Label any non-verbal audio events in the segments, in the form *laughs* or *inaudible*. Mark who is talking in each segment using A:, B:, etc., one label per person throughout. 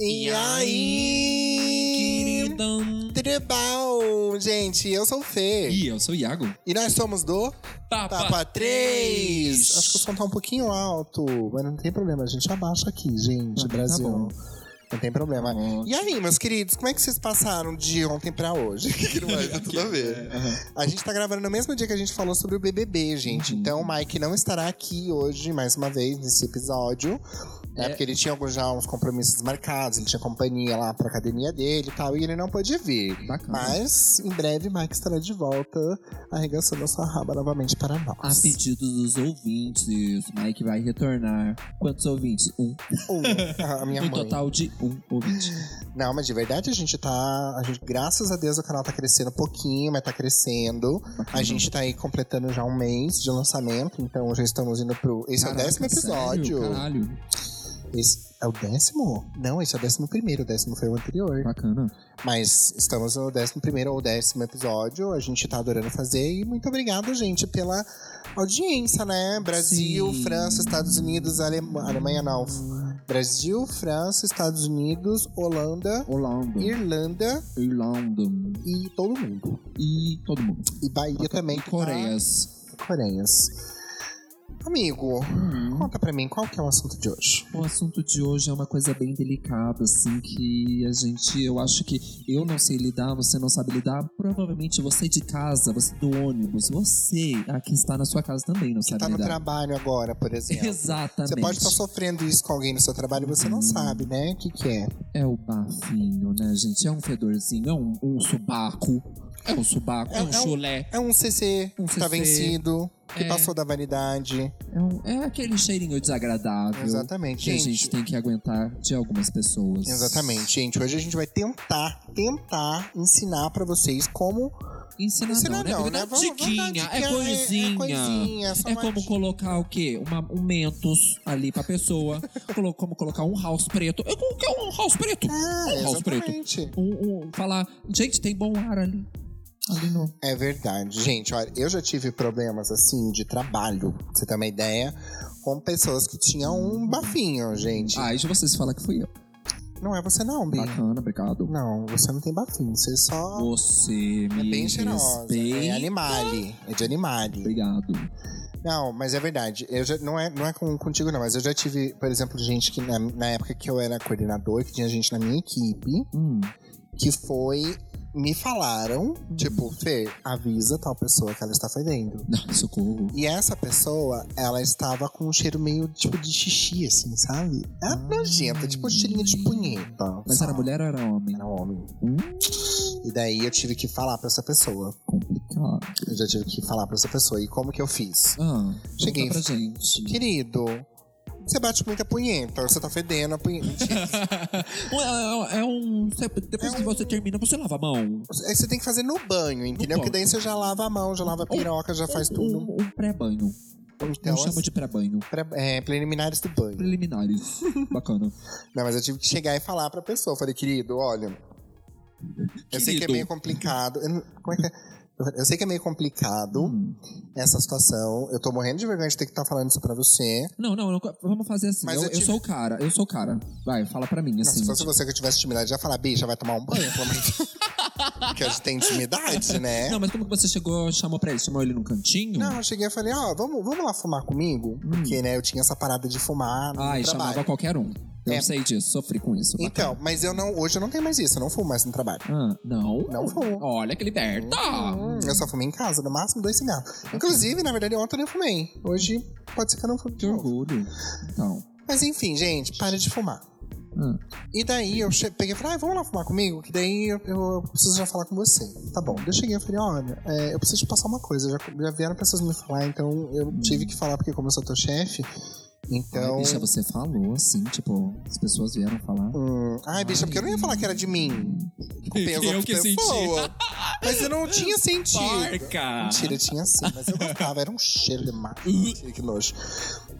A: E, aí, tudo bom, gente? Eu sou o Fê.
B: E eu sou o Iago. Tá,
A: E nós somos do
B: Papa,
A: Tapa 3.
B: três.
A: Acho que o som tá um pouquinho alto, mas não tem problema, a gente abaixa aqui, gente,
B: Não, tá
A: Brasil.
B: bom.
A: Não tem problema.
B: Ótimo.
A: Ah, E aí, meus queridos, como é que vocês passaram de ontem pra hoje? *laughs* que não vai ter tá tudo a
B: é
A: ver. A gente tá gravando no mesmo dia que a gente falou sobre o BBB,
B: Uhum.
A: gente. Então o Mike não estará aqui hoje, mais uma vez, nesse episódio. É,
B: É.
A: porque ele tinha alguns já uns compromissos marcados, ele tinha companhia lá pra academia dele e tal, e ele não pôde vir.
B: Bacana.
A: Mas em breve Mike estará de volta arregaçando a sua raba novamente para
B: A
A: nós. *laughs*
B: pedido dos ouvintes, Mike vai retornar. Quantos ouvintes? Um.
A: Um, a minha
B: um
A: mãe.
B: total de um ouvinte.
A: Não, mas de verdade a gente tá. A gente, graças a Deus o canal tá crescendo um pouquinho, mas tá crescendo. A gente tá aí completando já um mês de lançamento, então já estamos indo pro. Esse é o
B: Caraca,
A: décimo
B: sério?
A: episódio.
B: Caralho,
A: Esse é o décimo? Não, esse é o décimo primeiro, o décimo foi o anterior.
B: bacana.
A: Mas estamos no décimo primeiro ou décimo episódio, a gente tá adorando fazer e muito obrigado, gente, pela audiência, né? Brasil,
B: Sim.
A: França, Estados Unidos, Alema- Alemanha não. Brasil, França, Estados Unidos, Holanda,
B: Holanda,
A: Irlanda
B: Irlanda
A: e todo mundo.
B: e todo mundo.
A: E Bahia também. que tá-
B: Coreias.
A: Coreias. Amigo, conta pra mim qual que é o assunto de hoje.
B: O assunto de hoje é uma coisa bem delicada, assim, que a gente. Eu acho que eu não sei lidar, você não sabe lidar. Provavelmente você de casa, você do ônibus, você aqui está na sua casa também não sabe
A: Tá no
B: lidar.
A: trabalho agora, por exemplo.
B: Exatamente. Uhum.
A: Você pode estar sofrendo isso com alguém no seu trabalho e você não sabe, né? O que, que é?
B: É o bafinho, né, gente? É um fedorzinho, é um, um subaco. É um subaco, é,
A: É-
B: um
A: é um-
B: chulé.
A: É um CC
B: Um
A: que tá
B: CC,
A: vencido, que
B: é.
A: passou da validade.
B: É, um- é aquele cheirinho desagradável
A: Exatamente,
B: que a gente
A: gente.
B: tem que aguentar de algumas pessoas.
A: Exatamente, gente. Hoje a gente vai tentar, tentar ensinar pra vocês como.
B: Ensinar
A: ensinar
B: não, né?
A: não,
B: Vamos
A: né?
B: dar
A: Vamos- vamos dar
B: diquinha,
A: dica,
B: é coisinha.
A: É, coisinha, só
B: É
A: uma
B: como colocar o quê? Uma- um Mentos ali pra pessoa. Colo- como colocar um house preto. Eu coloquei um house preto.
A: Ah,
B: um house preto.
A: exatamente.
B: Um, um- falar, gente, tem bom ar ali. Ali no.
A: É verdade. Gente, olha, eu já tive problemas assim de trabalho, pra você ter uma ideia, com pessoas que tinham um bafinho, gente.
B: Ah, e de vocês falar que fui eu.
A: Não é você não, Bi.
B: Bacana, obrigado.
A: Não, você não tem bafinho, você é só
B: Você
A: é
B: me
A: bem cheirosa. É
B: respeita.
A: animale, é de animale.
B: Obrigado.
A: Não, mas é verdade. Eu já, não é, não é com, contigo, não, mas eu já tive, por exemplo, gente que na, na época que eu era coordenador, que tinha gente na minha equipe,
B: Hum,
A: que foi. Me falaram, tipo, Fê, avisa tal pessoa que ela está fedendo.
B: não, socorro.
A: E essa pessoa, ela estava com um cheiro meio tipo de xixi, assim, sabe? É
B: Ah.
A: nojenta, tipo um cheirinho de punheta.
B: Mas era
A: sabe?
B: mulher ou era homem?
A: Era um homem.
B: Hum,
A: E daí eu tive que falar pra essa pessoa.
B: complicado.
A: Eu já tive que falar pra essa pessoa. E como que eu fiz?
B: Ah,
A: Cheguei.
B: Cheguei. pra gente. *laughs*
A: Querido, você bate muita punheta, você tá fedendo a punheta.
B: é, é um. Depois
A: É
B: que
A: um-
B: você termina, você lava a mão.
A: Aí você tem que fazer no banho, entendeu?
B: No
A: Que daí você já lava a mão, já lava a piroca, já faz
B: um,
A: tudo.
B: Um, um pré-banho.
A: Então,
B: Eu chamo de pré-banho.
A: pra- é, preliminares do banho.
B: Preliminares. Bacana.
A: Não, mas eu tive que chegar e falar pra pessoa. Eu Falei, querido, olha. Eu sei que é
B: Querido.
A: meio complicado. Eu, não- como é que é? Eu- Eu sei que é meio complicado
B: Hum.
A: essa situação. Eu tô morrendo de vergonha de ter que estar falando isso pra você.
B: Não, não, não, vamos fazer assim.
A: Mas
B: eu,
A: eu tive-
B: eu sou o cara, eu sou o cara. Vai, fala pra mim,
A: Não,
B: assim.
A: se fosse você que eu tivesse intimidade, já falar, bicha, vai tomar um banho, pelo amor de Deus.
B: *laughs*
A: Porque a gente tem intimidade, né?
B: Não, mas como que você chegou, chamou pra ele? Chamou ele num cantinho?
A: Não, eu cheguei e falei, ó, vamos, vamos lá fumar comigo? Porque, né, eu tinha essa parada de fumar no
B: Hum. Ai,
A: trabalho.
B: chamava qualquer um. Eu
A: É.
B: sei disso, sofri com isso.
A: Então, mas eu não, hoje eu não tenho mais isso, eu não fumo mais no trabalho.
B: Ah, não?
A: Não Hum. fumo.
B: Olha que liberta! Hum.
A: Eu só fumo em casa, no máximo dois cigarros. Inclusive, na verdade, ontem eu fumei. Hoje pode ser que eu não fume de
B: Que
A: novo.
B: orgulho. Então.
A: Mas enfim, gente, pare de fumar.
B: Ah.
A: E daí eu che- peguei e falei, ah, vamos lá fumar comigo? Que daí eu, eu preciso já falar com você. Tá bom. Daí eu cheguei e falei, olha, é, eu preciso te passar uma coisa. Já, já vieram pessoas me falar, então eu tive que falar porque como eu sou teu chefe, então...
B: Hum. Ai, bicha, você falou assim, tipo, as pessoas vieram falar.
A: Hum, ai, bicha, porque eu não ia falar que era de mim. Com peso
B: *laughs* Eu
A: outra
B: que senti.
A: pessoa. Mas eu não
B: *laughs*
A: tinha sentido.
B: Porca!
A: Mentira, tinha sim, mas eu gostava. Era um cheiro de macho. Mentira, que nojo.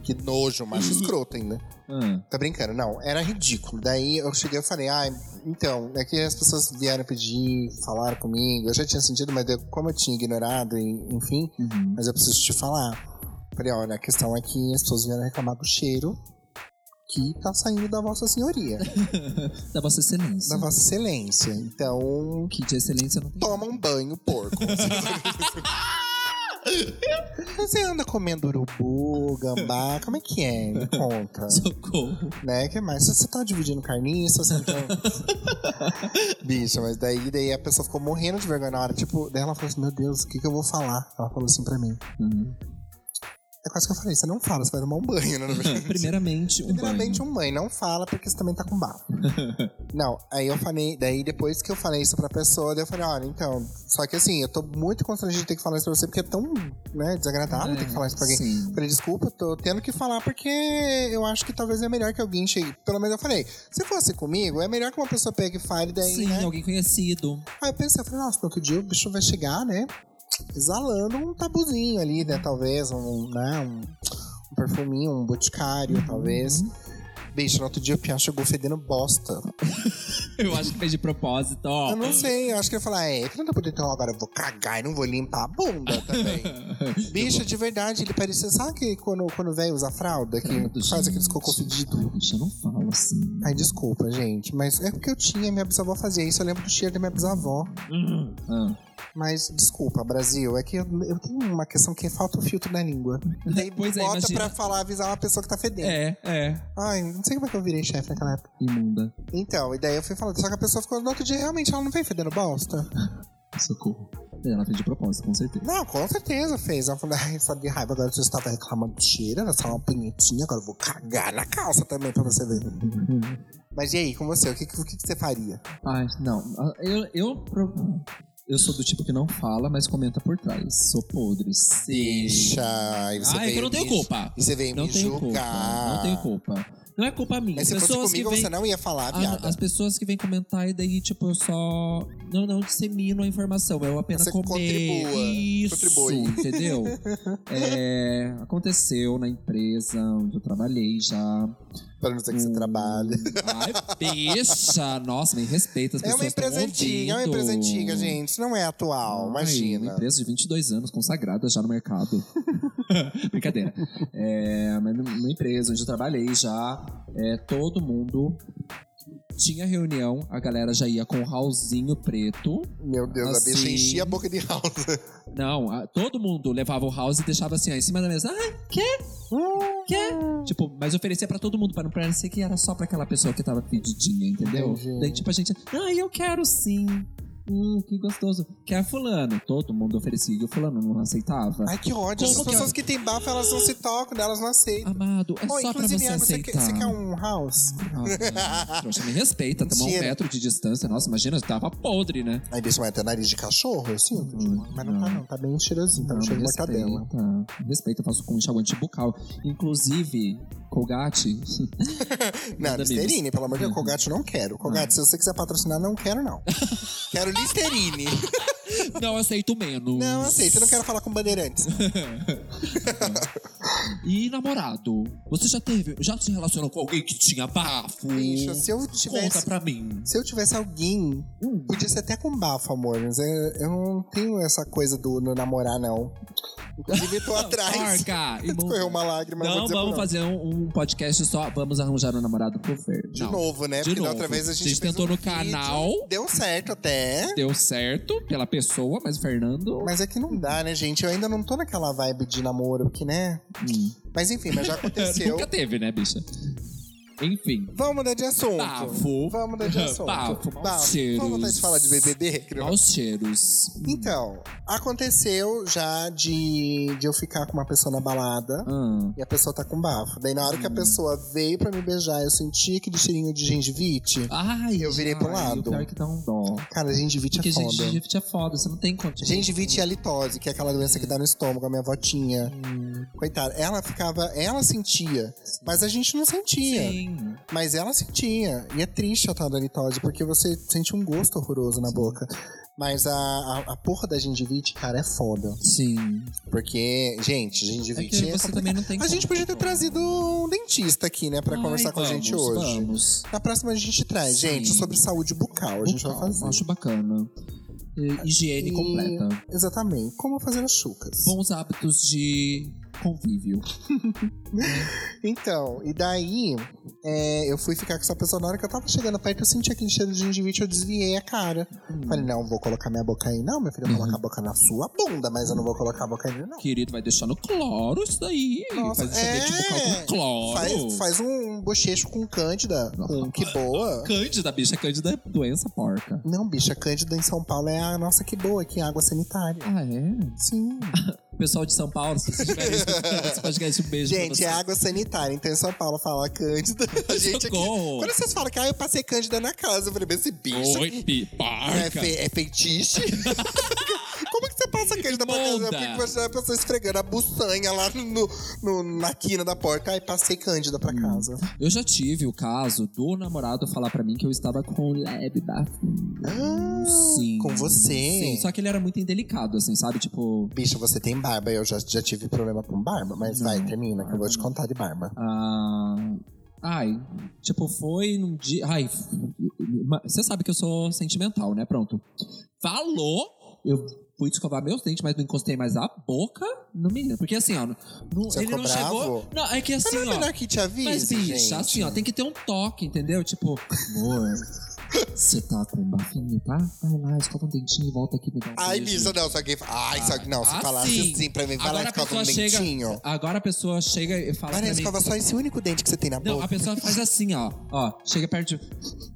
A: Que nojo, macho escroto ainda.
B: Ah,
A: Tá brincando, não. Era ridículo. Daí eu cheguei e falei, ah, então, é que as pessoas vieram pedir, falaram comigo. Eu já tinha sentido, mas eu- como eu tinha ignorado, e, enfim,
B: uhum.
A: mas eu preciso te falar. Falei, olha, a questão é que as pessoas vieram reclamar do cheiro. que tá saindo da Vossa Senhoria,
B: da Vossa Excelência. *laughs*
A: da Vossa Excelência. Então,
B: Que de excelência não tem.
A: toma um banho, porco. Você anda comendo urubu, gambá, como é que é? Me conta.
B: Socorro.
A: Né? que mais? Você tá dividindo carniça, você não tá... *laughs* Bicha, mas daí, daí a pessoa ficou morrendo de vergonha na hora. Tipo, daí ela falou assim: Meu Deus, o que, que eu vou falar? Ela falou assim pra mim.
B: Uhum.
A: É quase que eu falei: Você não fala, você vai tomar um banho, né? na verdade?"
B: Primeiramente, um
A: Primeiramente, um mãe, não fala porque você também tá com
B: *laughs*
A: bafo. não, aí eu falei, daí depois que eu falei isso pra pessoa, daí eu falei, olha, então, só que assim, eu tô muito constrangido de ter que falar isso pra você, porque é tão, né, desagradável
B: banho.
A: ter que falar isso pra alguém.
B: É, Sim.
A: Falei, desculpa, eu tô tendo que falar porque eu acho que talvez é melhor que alguém chegue. Pelo menos eu falei, se fosse comigo, é melhor que uma pessoa pegue e fale daí,
B: Sim,
A: né?
B: alguém conhecido. *laughs*
A: Aí eu pensei, eu falei, nossa, no outro dia o bicho vai chegar, né? Exalando um tabuzinho ali, né? Talvez, um, né? Um, um perfuminho, um boticário, talvez. Bicho, no outro dia o Piá chegou fedendo bosta.
B: Eu acho que fez de propósito.
A: Eu não sei, eu acho que ele ia falar, é, que não tá podendo, então agora eu vou cagar e não vou limpar a bunda
B: *laughs*
A: também. Bicho, de verdade, ele parecia, sabe que quando, quando o velho usa fralda, que faz aqueles cocô fedido?
B: Bicho, eu não falo assim.
A: Ai, desculpa, gente, mas é porque eu tinha, minha bisavó fazia isso, eu lembro do cheiro da minha bisavó.
B: Ah.
A: Mas desculpa, Brasil, é que eu, eu tenho uma questão que falta o filtro na
B: *laughs*
A: língua. Daí
B: Pois é,
A: bota
B: imagina.
A: pra falar, avisar uma pessoa que tá fedendo.
B: É, é.
A: Ai, não sei como é que eu virei chefe naquela época.
B: Imunda.
A: Então, e daí eu fui falando, só que a pessoa ficou no outro dia, realmente, ela não vem fedendo bosta?
B: Socorro. Ela fez de propósito, com certeza.
A: Não, com certeza fez. Ela falou, *laughs* ai, só de raiva, agora você estava reclamando de cheiro, era só uma punhetinha, agora eu vou cagar na calça também pra você ver. *laughs* Mas e aí, com você, o que, que- o que, que você faria?
B: Ai, não. Ah, Eu, eu, pro- eu sou do tipo que não fala, mas comenta por trás. Sou podre. Sim.
A: Bicha, e você
B: Ah, é
A: veio
B: que eu não tenho
A: me-
B: culpa.
A: E você veio
B: Não
A: me
B: tenho culpa.
A: julgar.
B: Não tenho culpa. Não é culpa minha.
A: Mas se fosse
B: pessoas
A: comigo,
B: que vêm,
A: você não ia falar,
B: Ah,
A: viada.
B: As pessoas que vêm comentar e daí, tipo, eu só. Não, não dissemino a informação. Eu apenas
A: Você
B: comento.
A: contribua,
B: Isso,
A: contribui. *laughs*
B: entendeu? É, aconteceu na empresa onde eu trabalhei já.
A: Pra não dizer que você
B: Hum.
A: trabalha.
B: Ai, bicha! Nossa, me respeita as
A: É
B: pessoas.
A: uma empresa
B: tão
A: antiga, é uma
B: ouvindo.
A: empresa antiga, gente. Não é atual,
B: Ai, Tá Uma
A: imagina.
B: empresa de 22 anos, consagrada já no mercado. *laughs* Brincadeira. É, mas numa empresa onde eu trabalhei já, é, todo mundo tinha reunião, a galera já ia com o ralzinho preto.
A: Meu Deus, a bicha
B: Assim.
A: enchia a boca de house.
B: Não, a- todo mundo levava o house e deixava assim, ó, em cima da mesa. Ah, quê?
A: Ah.
B: Quê? Tipo, mas oferecia pra todo mundo, pra não parecer que era só pra aquela pessoa que tava pedidinha, entendeu?
A: Entendi.
B: Daí, tipo, a gente, ah, eu quero sim. Hum, que gostoso. Quer fulano? Todo mundo oferecia e o fulano não aceitava.
A: Ai, que ódio.
B: Como
A: Essas
B: que
A: pessoas que têm bafo, elas não se tocam, elas não aceitam.
B: Amado, é
A: Ó,
B: só pra
A: inclusive,
B: você
A: Iago, você quer,
B: aceitar.
A: você quer um *laughs* house?
B: Ah, trouxa, me respeita, tomar um
A: Mentira.
B: metro de distância. Nossa, imagina, eu tava podre, né?
A: Aí bicho vai ter nariz de cachorro, eu sinto.
B: Hum,
A: Mas não tá, não. Tá bem cheirosinho, tá um
B: me
A: cheiro de mortadela.
B: respeita, me respeita, eu faço com enxaguante bucal. Inclusive, Colgate,
A: Não,
B: Manda, Uhum. Ah.
A: Listerine, pelo amor de Deus, Colgate eu não quero. Colgate, se você quiser patrocinar, não quero,
B: *laughs*
A: não. quero Listerine.
B: não aceito menos.
A: não, aceito, eu não quero falar com bandeirantes.
B: Hum. E namorado, você já teve, já se relacionou com alguém que tinha bafo?
A: Bicho, se eu
B: Conta
A: tivesse.
B: pra mim.
A: Se eu tivesse alguém,
B: Hum.
A: podia ser até com bafo, amor, mas eu, eu não tenho essa coisa do no namorar, não. Inclusive,
B: *laughs*
A: tô *laughs* atrás.
B: Porca, irmão.
A: Escorreu uma lágrima, eu vou
B: Não,
A: dizer
B: vamos
A: pra não.
B: fazer um, um podcast só, vamos arranjar um namorado pro Fer.
A: De
B: não.
A: novo, né?
B: De
A: Porque da
B: novo.
A: outra vez a gente.
B: A gente
A: fez
B: tentou
A: um
B: no
A: vídeo,
B: canal.
A: Deu certo até.
B: Deu certo pela pessoa, mas o Fernando...
A: Mas é que não dá, né, gente? Eu ainda não tô naquela vibe de namoro, que, né?
B: Hum.
A: Mas enfim, mas
B: *laughs*
A: já aconteceu.
B: Nunca teve, né, bicha? Enfim.
A: Vamos mudar de assunto.
B: Bafo.
A: Vamos mudar
B: *laughs*
A: de assunto.
B: Bafo, maus cheiros.
A: Vamos voltar de falar de BBB? criou?
B: Aos cheiros.
A: Então, aconteceu já de, de eu ficar com uma pessoa na balada
B: Ah,
A: e a pessoa tá com bafo. Daí na hora
B: Hum.
A: que a pessoa veio pra me beijar, eu senti aquele cheirinho de gengivite.
B: Ah. Ai,
A: Eu virei pro
B: ai,
A: lado.
B: O pior é que dá um dó.
A: Cara, gengivite
B: Porque
A: é foda.
B: gengivite é foda, você não tem conta.
A: Gengivite e halitose, que é aquela doença que dá no estômago, a minha avó tinha. Coitada, ela ficava, ela sentia, mas a gente não sentia.
B: Sim.
A: Mas ela sentia. E é triste a tal da halitose, porque você sente um gosto horroroso na boca. Mas a, a, a porra da gengivite, cara, é foda.
B: Sim.
A: Porque, gente,
B: É
A: gengivite
B: que
A: é
B: você
A: complicado.
B: também não tem tipo,
A: A gente podia ter trazido um dentista aqui, né, pra conversar com a gente hoje.
B: Vamos.
A: Na próxima a gente traz,
B: Sim.
A: gente, sobre saúde bucal. A gente vai fazer.
B: Acho bacana. E- Higiene
A: E-
B: completa.
A: Exatamente. Como fazer as chucas.
B: Bons hábitos de convívio.
A: Então, e daí é, eu fui ficar com essa pessoa na hora que eu tava chegando perto, eu senti aquele cheiro de gengivite, eu desviei a cara. Falei, não, vou colocar minha boca aí. Não, meu filho, eu vou colocar a boca na sua bunda, mas eu não vou colocar a boca aí, não.
B: Querido, vai deixando cloro isso daí.
A: Nossa,
B: vai deixar
A: é.
B: dente bucal com cloro.
A: Faz, faz um bochecho com cândida. Com que boa.
B: Cândida, bicha, cândida é doença porca.
A: Não, bicha, cândida em São Paulo é a nossa que boa, que água sanitária.
B: Ah, é?
A: Sim.
B: Pessoal de São Paulo, se vocês
A: *laughs*
B: estiverem escutando esse podcast, um beijo pra
A: Gente, é
B: vocês.
A: água sanitária. Então em São Paulo fala cândida. A gente aqui.
B: Socorro.
A: Quando vocês falam que ah, eu passei cândida na casa, eu falei, mas esse bicho
B: Oi, pi-
A: é,
B: porca.
A: fe, é feitiço? *laughs* Como é que você passa cândida pra casa?
B: Imunda.
A: Eu fico imaginando a pessoa esfregando a buçanha lá no, no- na quina da porta. Aí passei cândida pra casa.
B: Eu já tive o caso do namorado falar pra mim que eu estava com leve bafinho.
A: Ah,
B: Sim.
A: com você.
B: Sim, só que ele era muito indelicado, assim, sabe? Tipo,
A: Bicha, você tem barba. Eu já, já tive problema com barba. Mas
B: Não,
A: vai, termina, que eu vou te
B: barba
A: contar de barba.
B: Ah, ai, tipo, foi num dia. Ai, você sabe que eu sou sentimental, né? Pronto. Falou, eu fui escovar meus dentes, mas não encostei mais a boca no menino. Porque assim, ó, não-
A: Você
B: ele
A: ficou
B: não
A: bravo?
B: chegou. Não, é que
A: Mas
B: assim,
A: não é
B: ó.
A: melhor que te avise,
B: Mas, bicha,
A: gente?
B: assim, ó, tem que ter um toque, entendeu? Tipo, amor, você tá com um bafinho, tá? Vai lá, escova um dentinho e volta aqui me dá um
A: Ai,
B: beijo.
A: bicha, não, só que. Ai, só que não, se
B: Ah,
A: falasse
B: sim.
A: assim pra mim,
B: Agora
A: falar
B: a
A: que escova um
B: pessoa chega.
A: dentinho.
B: Agora a pessoa chega e fala
A: Para,
B: pra mim.
A: escova só esse único dente que você tem na
B: Não,
A: boca.
B: a pessoa faz assim, ó. Ó, chega perto de...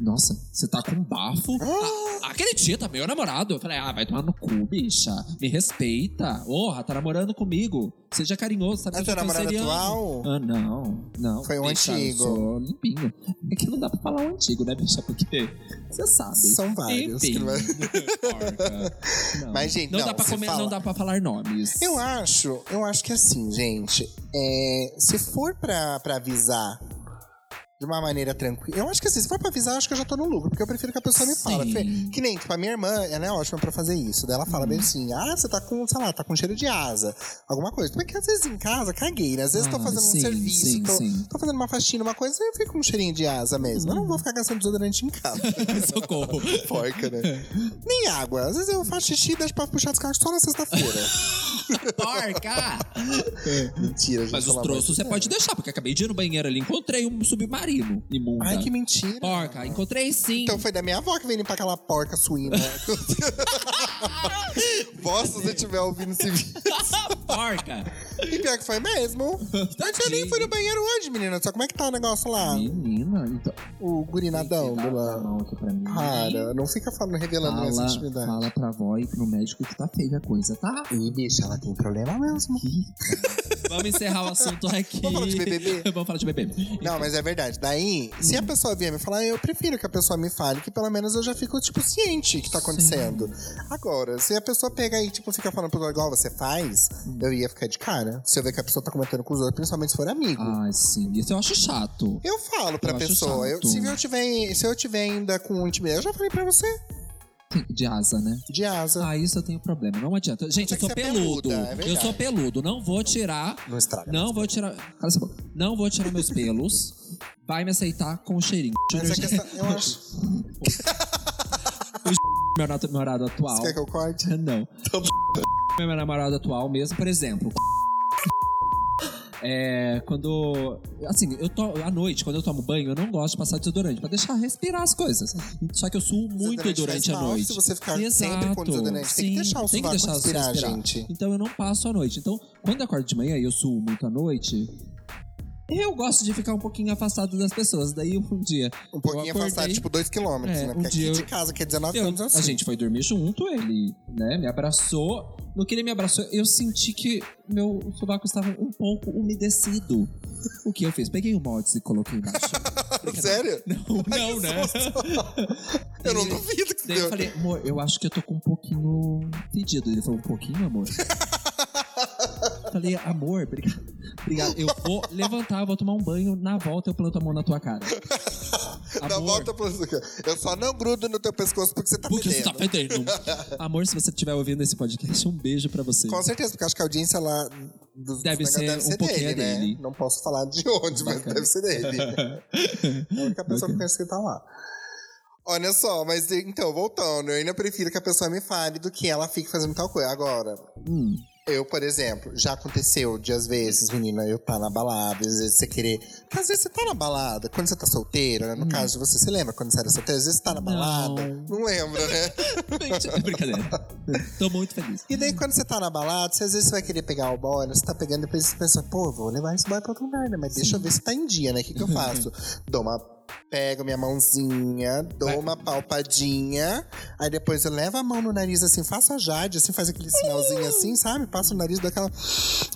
B: Nossa, você tá com bafo?
A: Hum? é
B: Ah, acredita, meu namorado. Eu falei, ah, vai tomar no cu, bicha. Me respeita. Porra, tá namorando comigo. Seja carinhoso, sabe?
A: É
B: que
A: seu
B: eu sou
A: namorado
B: canceriano.
A: atual?
B: Ah, não, não.
A: Foi um
B: bicha, eu
A: antigo.
B: sou limpinho. É que não dá pra falar um antigo, né, bicha? Porque você sabe.
A: São vários.
B: Enfim.
A: que não é- *laughs*
B: Porca. Não.
A: Mas, gente,
B: não,
A: não,
B: dá pra
A: você
B: comer,
A: fala.
B: não dá pra falar nomes.
A: Eu acho, eu acho que assim, gente, é, se for pra, pra avisar de uma maneira tranquila. Eu acho que assim, se for pra avisar, eu acho que eu já tô no lucro, porque eu prefiro que a pessoa me
B: Sim.
A: fala. Fe- Que nem, tipo, a minha irmã, ela é ótima pra fazer isso. Daí ela fala
B: Uhum.
A: bem assim: ah, você tá com, sei lá, tá com cheiro de asa, alguma coisa. Como é que às vezes em casa, caguei, né? Às vezes tô
B: Ah,
A: fazendo
B: sim,
A: um serviço,
B: sim,
A: tô, *laughs*
B: sim.
A: tô fazendo uma faxina, uma coisa, eu fico com um cheirinho de asa mesmo. Eu não
B: Uhum.
A: vou ficar gastando desodorante em
B: *laughs*
A: casa.
B: Socorro.
A: Porca, né? Nem água. Às vezes eu faço xixi e deixo pra puxar os carros só na
B: *laughs*
A: sexta-feira. *laughs*
B: Porca!
A: Mentira, gente.
B: Mas os
A: pelo amor de
B: troços você
A: Deus.
B: pode deixar, porque acabei de ir no banheiro ali, encontrei um submarino imunda.
A: Ai, que mentira.
B: Porca, encontrei sim.
A: Então foi da minha avó que veio limpar aquela porca *laughs* suína. Vó, se você estiver ouvindo esse vídeo.
B: *laughs* Porca!
A: E pior que foi mesmo. Mas Então, eu nem fui no banheiro hoje, menina. Só como é que tá o negócio lá?
B: Menina, então.
A: O gurinadão do
B: Dá a
A: lá.
B: mão aqui pra mim.
A: Cara, não fica falando, revelando essa
B: Fala,
A: intimidade.
B: fala pra avó e pro médico que tá feia a
A: *laughs*
B: coisa, tá?
A: Ih, bicha, ela tem problema mesmo.
B: Vamos encerrar o assunto aqui.
A: Vamos falar de BBB?
B: *laughs* Vamos falar de BBB.
A: Não, mas é verdade. Daí, se a
B: Uhum.
A: pessoa vier me falar, eu prefiro que a pessoa me fale, que pelo menos eu já fico, tipo, ciente que tá acontecendo. Agora, se a pessoa pega e, tipo, fica falando pro outro, igual você faz,
B: Hum.
A: eu ia ficar de cara. Se eu ver que a pessoa tá comentando com os outros, principalmente se for amigo.
B: Ai, sim. Isso eu acho chato.
A: Eu falo pra
B: Ah. Eu acho
A: pessoa, eu-
B: chato.
A: se, eu tiver, se eu tiver ainda com intimidade, eu já falei pra você,
B: De asa, né?
A: de asa.
B: Ah, isso eu tenho problema. Não adianta.
A: Tem
B: Gente, eu sou
A: que ser peluda,
B: peludo.
A: é
B: eu
A: verdade.
B: sou peludo. Não vou tirar
A: Não estraga.
B: Ah. Não vou tirar. Cala essa boca. Não vou tirar meus pelos. Vai me aceitar com o cheirinho.
A: Mas é que essa-
B: *laughs*
A: eu acho.
B: Meu nato- namorado atual.
A: Você quer que eu corte?
B: Não. Meu namorado atual mesmo, por exemplo. É, quando. Assim, eu to, à noite, quando eu tomo banho, eu não gosto de passar desodorante, pra deixar respirar as coisas. Só que eu suo muito
A: Desodorante
B: durante
A: faz
B: a
A: mal
B: noite.
A: se você ficar
B: Exato.
A: sempre com desodorante. Tem que
B: Sim,
A: deixar o
B: tem que
A: sovaco
B: deixar
A: respirar,
B: respirar.
A: gente.
B: Então eu não passo a noite. Então, quando eu acordo de manhã e eu suo muito à noite, eu gosto de ficar um pouquinho afastado das pessoas. Daí um dia.
A: Um pouquinho
B: eu acordei,
A: afastado, tipo, dois quilômetros,
B: É,
A: né?
B: um
A: Porque aqui
B: dia eu-
A: de casa, que é 19
B: eu-
A: anos assim.
B: Então, A gente foi dormir junto, ele, né, me abraçou. No que ele me abraçou, eu senti que meu sovaco estava um pouco umedecido. O que eu fiz? Peguei um molde e coloquei
A: *laughs*
B: embaixo.
A: Sério?
B: Não, não, né?
A: Eu não duvido que
B: Daí eu
A: deu.
B: falei, amor, eu acho que eu tô com um pouquinho fedido. Ele falou, um
A: *laughs*
B: pouquinho, amor? Eu falei, amor, obrigado. Obrigado. Eu vou levantar, vou tomar um banho. Na volta eu planto a mão na tua cara.
A: Dá
B: Amor,
A: volta pra você. Eu só não grudo no teu pescoço porque você tá
B: porque você
A: perdendo.
B: tá fedendo. amor, se você estiver ouvindo esse podcast, um beijo pra você.
A: Com certeza, porque acho que a audiência lá dos
B: Deve
A: negócios
B: ser um pouquinho
A: dele, né?
B: dele.
A: Não posso falar de onde, mas
B: Bacana.
A: deve ser dele.
B: *laughs*
A: É a única pessoa que eu conheço que tá lá. Olha só, mas então, voltando, eu ainda prefiro que a pessoa me fale do que ela fique fazendo tal coisa. Agora,
B: Hum. *laughs*
A: Eu, por exemplo, já aconteceu de às vezes, menina, eu tá na balada, às vezes você querer. Porque às vezes você tá na balada, quando você tá solteira, né? No caso de você, você lembra quando você era solteira? Às vezes você tá na balada.
B: Não.
A: Não lembra, né?
B: Gente, Brincadeira. Tô muito feliz.
A: E daí quando você tá na balada, você, às vezes você vai querer pegar o boy, né? você tá pegando, depois você pensa, pô, vou levar esse boy pra outro lugar, né? Mas deixa eu ver se tá em dia, né? O que, que
B: Uhum.
A: eu faço? Dou uma. Pego minha mãozinha, dou
B: Vai.
A: uma palpadinha, aí depois eu levo a mão no nariz assim, faço a Jade, assim, faz aquele sinalzinho assim, sabe? Passo o nariz, dou aquela,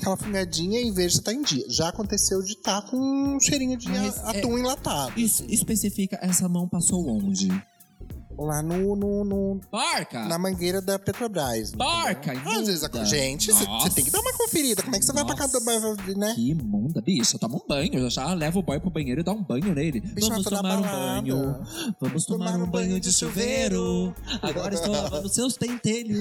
A: aquela fungadinha e vejo se tá em dia. Já aconteceu de tá com um cheirinho de
B: Mas é-
A: atum enlatado.
B: Isso especifica, essa mão passou onde?
A: Lá no, no- no-
B: Porca!
A: na mangueira da Petrobras.
B: Porca!
A: Às vezes, a...
B: imunda!
A: gente, você
B: Nossa.
A: tem que dar uma conferida. Como é que você vai pra casa do banho, né?
B: Que imunda, bicho. Toma um banho. Eu já leva o boy pro banheiro e dá um banho nele.
A: Bicho,
B: Vamos
A: vai pra
B: tomar um
A: balada.
B: banho. Vamos tomar, um banho, de chuveiro. Agora estou lavando
A: *laughs*
B: seus pentelhos.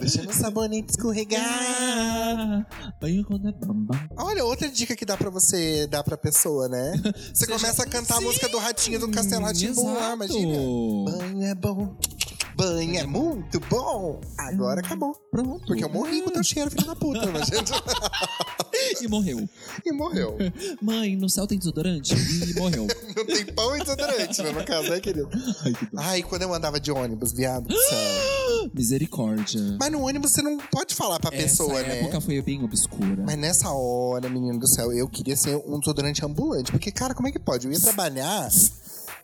A: Deixando o sabonete escorregar.
B: Ah, banho quando é bamba.
A: Olha, outra dica que dá pra você dar pra pessoa,
B: *laughs*
A: né? Você começa a cantar a música do Ratinho do Castelo Ratimbu lá,
B: Exato.
A: imagina. Banho é bom. Banho é muito bom. Agora
B: Uhum.
A: acabou.
B: Pronto.
A: Porque eu morri com o teu
B: Uhum.
A: cheiro, filho da puta, mas gente.
B: *laughs* E morreu.
A: E morreu.
B: Mãe, no céu tem desodorante? E morreu.
A: Não tem pão e desodorante, né? No caso, né, querido?
B: Ai, que dó.
A: *laughs* Ai, quando eu andava de ônibus, viado do céu.
B: *gasps* Misericórdia.
A: Mas no ônibus você não pode falar pra pessoa,
B: Essa
A: né?
B: época foi bem obscura.
A: Mas nessa hora, menino do céu, eu queria ser um desodorante ambulante. Porque, cara, como é que pode? Eu ia trabalhar.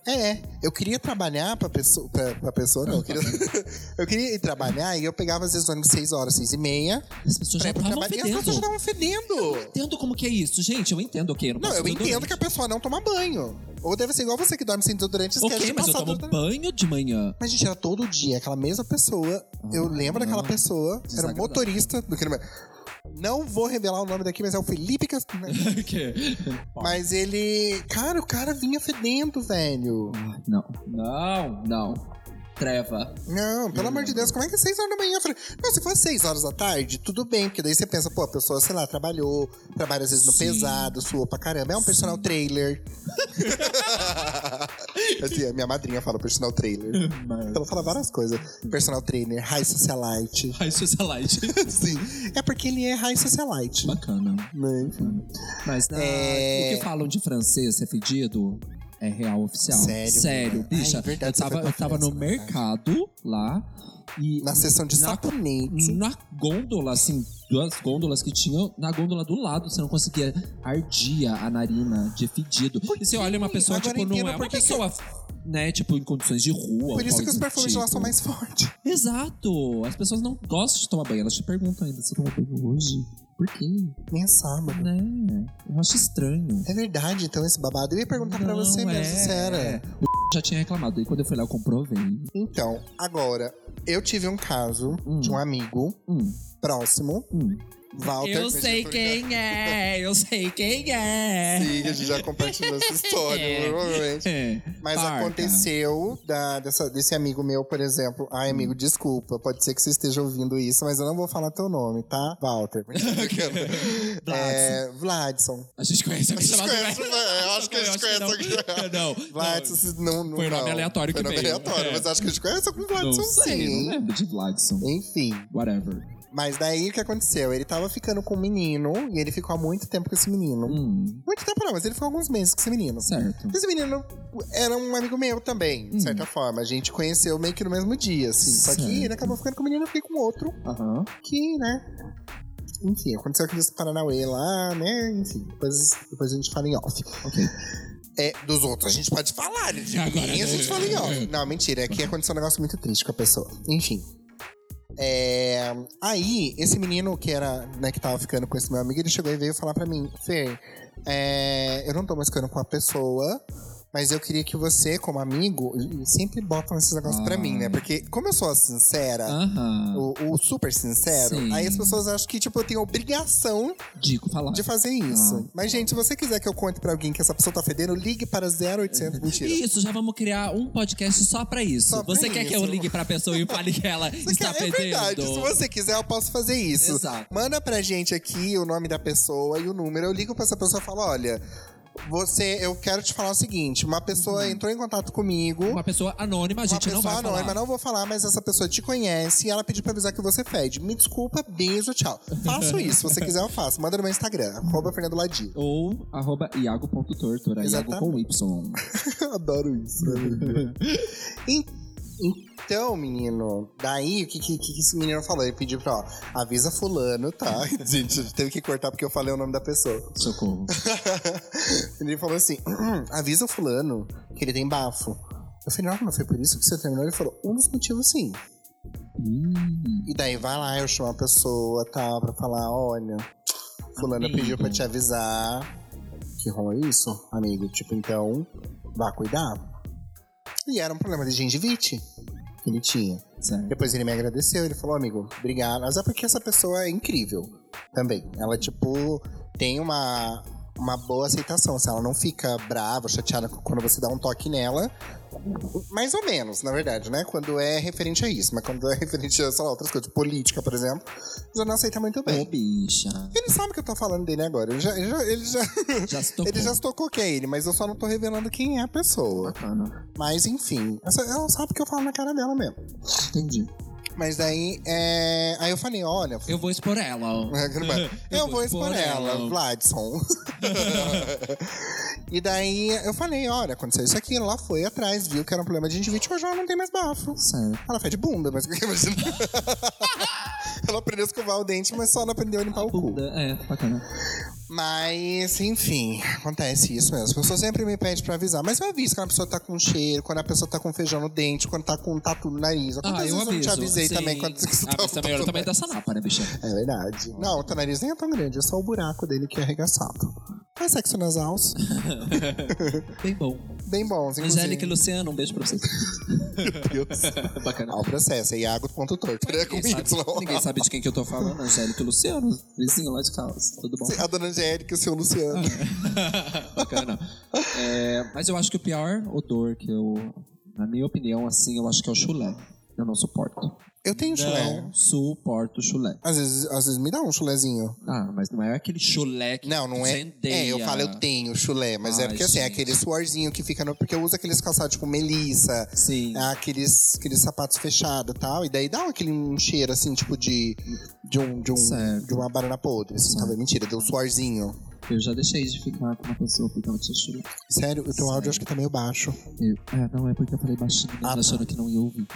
A: É, eu queria trabalhar pra pessoa. Pra, pra pessoa, não. Eu queria, *laughs* eu queria ir trabalhar e eu pegava às vezes o ônibus 6 horas, 6 e meia.
B: As pessoas
A: Pra
B: já
A: ir pro
B: estavam
A: trabalho. E as pessoas já
B: fedendo.
A: estavam fedendo.
B: Entendo como que é isso, gente. Eu entendo, ok. Eu não,
A: Não,
B: posso
A: eu entendo que a pessoa não toma banho. Ou deve ser igual você que dorme sem desodorante e esquece
B: Ok,
A: de
B: mas eu
A: passar
B: tomo
A: desodorante.
B: banho de manhã. *laughs*
A: Mas, gente, era todo dia, aquela mesma pessoa.
B: Ah,
A: eu lembro daquela pessoa, era um
B: Desagradável.
A: motorista do que é. Não vou revelar o nome daqui, mas é o Felipe Castro.
B: Que-
A: Mas ele. Cara, o cara vinha fedendo, velho.
B: Ai, Não, não, não.
A: *laughs*
B: Treva.
A: Não, pelo amor de Deus, como é que é 6 horas da manhã? Eu falei, não, se fosse 6 horas da tarde, tudo bem, porque daí você pensa, pô, a pessoa, sei lá, trabalhou, trabalha às vezes no
B: Sim.
A: pesado, suou pra caramba. É um personal
B: *laughs*
A: trailer. assim, a minha madrinha fala personal trailer. Ela fala várias coisas. Personal trainer, high socialite. *laughs*
B: High socialite.
A: Sim. É porque ele é high socialite.
B: Bacana.
A: Né?
B: Mas na-
A: É.
B: o que falam de francês é fedido é real oficial.
A: Sério,
B: Sério,
A: menina?
B: bicha.
A: Ai, verdade,
B: eu
A: você
B: tava,
A: foi pra
B: eu tava
A: França,
B: no
A: né,
B: mercado lá e.
A: Na sessão de
B: Na-
A: saponete.
B: na gôndola, assim, duas gôndolas que tinham, na gôndola do lado, você não conseguia ardia a narina de fedido. E você olha uma pessoa,
A: Agora
B: tipo, não
A: entendo
B: é
A: por
B: uma
A: que que-
B: pessoa, né, tipo, em condições de rua.
A: Por
B: ou
A: isso
B: algo
A: que os
B: do
A: perfumes de lá são
B: tipo.
A: mais fortes.
B: Exato! As pessoas não gostam de tomar banho, elas te perguntam ainda, você tomou banho hoje? Por quê?
A: Nem é sábado.
B: Né? Eu acho estranho.
A: É verdade, então, esse babado. Eu ia perguntar pra
B: Não,
A: você
B: é.
A: mesmo, sério.
B: Eu Já tinha reclamado, aí quando eu fui lá eu comprovei.
A: Então, agora, eu tive um caso
B: Hum.
A: de um amigo
B: Hum,
A: próximo,
B: hum.
A: Walter.
B: Eu sei
A: "Tá."
B: quem é, eu sei quem é.
A: Sim, a gente já compartilhou
B: *laughs*
A: essa história, provavelmente.
B: É,
A: Mas
B: parca.
A: aconteceu da- dessa- desse amigo meu, por exemplo. Ai,
B: Hum.
A: amigo, desculpa. Pode ser que você esteja ouvindo isso, mas eu não vou falar teu nome, tá?
B: *laughs*
A: Walter. é, Vladson.
B: A gente conhece alguém chamado
A: conhece, é, eu acho que a gente conhece alguém.
B: Não.
A: Vladson,
B: não.
A: se não, não.
B: Foi nome
A: não.
B: aleatório que
A: Foi nome
B: veio.
A: aleatório,
B: É.
A: mas acho que a gente conhece algum
B: Não
A: Vladson
B: sei,
A: sim.
B: não lembro de Vladson.
A: Enfim.
B: Whatever.
A: Mas daí o que aconteceu? Ele tava ficando com um menino e ele ficou há muito tempo com esse menino.
B: Hum,
A: Muito tempo não, mas ele ficou alguns meses com esse menino.
B: certo.
A: Esse menino era um amigo meu também, de
B: Hum.
A: certa forma. A gente conheceu meio que no mesmo dia, assim. Só
B: Certo.
A: que ele acabou ficando com o menino, eu fiquei com outro,
B: Aham.
A: que, né? Enfim, aconteceu aqueles Paranauê lá, né? Enfim, depois, depois a gente fala em off.
B: Ok.
A: É, dos outros a gente pode falar, de
B: Agora,
A: mim a gente
B: né?
A: fala em off. Não, mentira, é que aconteceu um negócio muito triste com a pessoa. Enfim. É, aí, esse menino que era, né, que tava ficando com esse meu amigo, ele chegou e veio falar pra mim, Fer, é, eu não tô mais ficando com a pessoa, mas eu queria que você, como amigo, e- e sempre botam esses negócios pra mim, né?
B: Ai.
A: Porque como eu sou a
B: Ah.
A: sincera,
B: Aham.
A: o, o super sincero,
B: Sim.
A: aí as pessoas acham que, tipo, eu tenho obrigação
B: Dico, falar.
A: de fazer isso.
B: Ah.
A: Mas, gente, se você quiser que eu conte pra alguém que essa pessoa tá fedendo, ligue para 0800. Mentira.
B: Isso, já vamos criar um podcast só pra isso.
A: Só pra
B: você quer que eu
A: isso.
B: ligue pra pessoa e fale que ela
A: Você
B: está
A: quer- é
B: perdendo?
A: verdade, se você quiser, eu posso fazer isso.
B: Exato.
A: Manda pra gente aqui o nome da pessoa e o número. Eu ligo pra essa pessoa e falo: olha, Você, eu quero te falar o seguinte: uma pessoa
B: Uhum.
A: entrou em contato comigo.
C: Uma pessoa anônima, a gente
A: uma
C: não
A: pessoa
C: vai
A: anônima,
C: falar.
A: não vou falar, mas essa pessoa te conhece e ela pediu pra avisar que você fede. Me desculpa, beijo, tchau.
C: *laughs*
A: Faço isso, se você quiser, eu faço. Manda no meu Instagram, arroba Fernando Ladil.
B: Ou arroba iago.tortora, iago com Y.
A: Adoro isso, né, *laughs* En- Então, menino, daí o que, que, que esse menino falou? Ele pediu pra, ó, avisa
C: *laughs*
A: fulano, tá? Gente, teve que cortar porque eu falei o nome da pessoa. *laughs*
B: Socorro.
A: ele falou assim: avisa o fulano que ele tem bafo. Eu falei, não, não foi por isso que você terminou. Ele falou, um dos motivos sim.
B: Hum,
A: E daí vai lá, eu chamo a pessoa, tal, pra falar, olha, fulano
B: Amigo.
A: pediu pra te avisar. Que ruim é isso, amigo? Tipo, então, vá cuidar. E era um problema de gengivite que ele tinha.
B: certo.
A: Depois ele me agradeceu, ele falou, amigo, obrigado. Mas é porque essa pessoa é incrível também. Ela, tipo, tem uma, uma boa aceitação. Assim, ela não fica brava, chateada quando você dá um toque nela. Mais ou menos, na verdade, né? Quando é referente a isso. Mas quando é *laughs* referente a, sei lá, outras coisas, política, por exemplo, já não aceita muito
B: Ô,
A: bem.
B: bicha.
A: Ele sabe que eu tô falando dele agora. Ele já, ele já, ele já,
B: Já se tocou.
A: ele já se tocou que é ele, mas eu só não tô revelando quem é a pessoa.
B: Bacana.
A: Mas enfim, essa- ela sabe que eu falo na cara dela mesmo.
B: Entendi.
A: Mas daí, é... aí eu falei, olha...
C: Eu vou expor ela. ó.
A: É.
C: *laughs*
A: Eu, vou expor ela, Vladson. *laughs* e daí eu falei, olha, aconteceu isso aqui, ela foi atrás, viu que era um problema de gengivite, hoje ela não tem mais bafo.
B: Certo.
A: Ela fede bunda, mas *laughs* imagina. ela aprendeu a escovar o dente, mas só não aprendeu a limpar o cu.
B: É, bacana.
A: Mas, enfim, acontece isso mesmo. As pessoas sempre me pedem pra avisar. Mas eu aviso quando a pessoa tá com cheiro, quando a pessoa tá com feijão no dente, quando tá com tatu no nariz. Quantas
C: Ah, eu
A: vezes
C: aviso.
A: eu te avisei
C: Sim.
A: também quando você
C: Ah,
A: tava
C: mas também,
A: com
C: eu
A: tatu
C: também da sanapa, né,
A: *laughs*
C: bicha?
A: é verdade. Não, o teu nariz nem é tão grande, é só o buraco dele que é arregaçado. Faz sexo nas alças.
B: Bem bom.
A: Bem bons, inclusive. É
B: Angélica e Luciano, um beijo pra vocês.
A: Meu Deus. *laughs*
B: Bacana.
A: Ah, o processo é iago.torto. É com
B: Ninguém sabe,
A: Y.
B: ninguém sabe de quem que eu tô falando, Angélica e Luciano, vizinho lá de casa. Tudo bom?
A: A dona Angélica e o seu Luciano.
B: Bacana. É, mas eu acho que o pior odor que eu, na minha opinião, assim, eu acho que é o chulé. Eu não suporto.
A: Eu tenho um chulé.
B: Não suporto chulé.
A: Às vezes, às vezes me dá um chulezinho.
B: Ah, mas não é aquele chulé.
C: Chulé que
A: Não, não é.
C: incendeia.
A: É, eu falo, eu tenho chulé, mas é
C: Ai,
A: porque assim, é
C: gente.
A: aquele suorzinho que fica no. Porque eu uso aqueles calçados tipo melissa,
B: Sim.
A: Ah. né, aqueles, aqueles sapatos fechados e tal. E daí dá aquele um cheiro assim, tipo de. De, um, de, um,
B: Certo.
A: de uma banana podre. Assim, talvez mentira, deu um suorzinho.
B: Eu já deixei de ficar com uma pessoa porque ela tinha chulé.
A: Sério, o teu
B: Sério.
A: áudio acho que tá meio baixo.
B: Eu, ah, não, é porque eu falei baixinho, mesmo,
A: Ah, tá.
B: achando que não ia ouvir.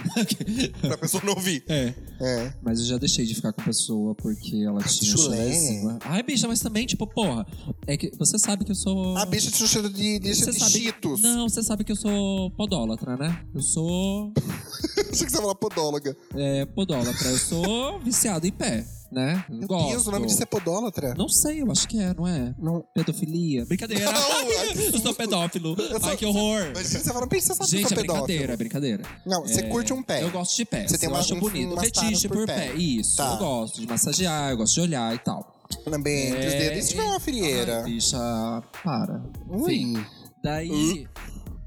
A: pra pessoa não ouvir.
C: É.
A: *laughs* É.
B: mas eu já deixei de ficar com a pessoa porque ela tinha
A: chulé.
B: chulézinho. Ai, bicha, mas também, tipo, porra. É que você sabe que eu sou.
A: A bicha tinha um cheiro de, de,
B: Você
A: de
B: sabe-
A: cheetos.
B: Não, você sabe que eu sou podólatra, né? Eu sou
A: *laughs* Achei que você ia falar podóloga.
B: é, podólatra, eu
A: *laughs*
B: sou viciado em pé, né?
A: Meu
B: Gosto.
A: Deus, o nome disso é podólatra?
B: Não sei, eu acho que é, não é?
A: Não.
B: Pedofilia. Brincadeira. *laughs*
A: Não, ai, que
B: eu sou pedófilo.
A: sou-
C: Ai, que horror.
A: Imagina, você fala, pensa, você sabe que eu
B: Gente, é
A: sou pedófilo.
B: brincadeira, é brincadeira.
A: Não, você
B: É,
A: curte um pé.
B: Eu gosto de pé.
A: Você tem
B: eu
A: uma-
B: acho
A: um-
B: bonito.
A: umas taras
B: Fetiche
A: por
B: por,
A: pé.
B: pé. Isso,
A: Tá.
B: eu gosto de massagear, eu gosto de olhar e tal.
A: Também, entre os
B: É,
A: dedos. E se tiver uma frieira?
B: Ai, bicha, para. Enfim.
A: Ui. Hum?
B: Daí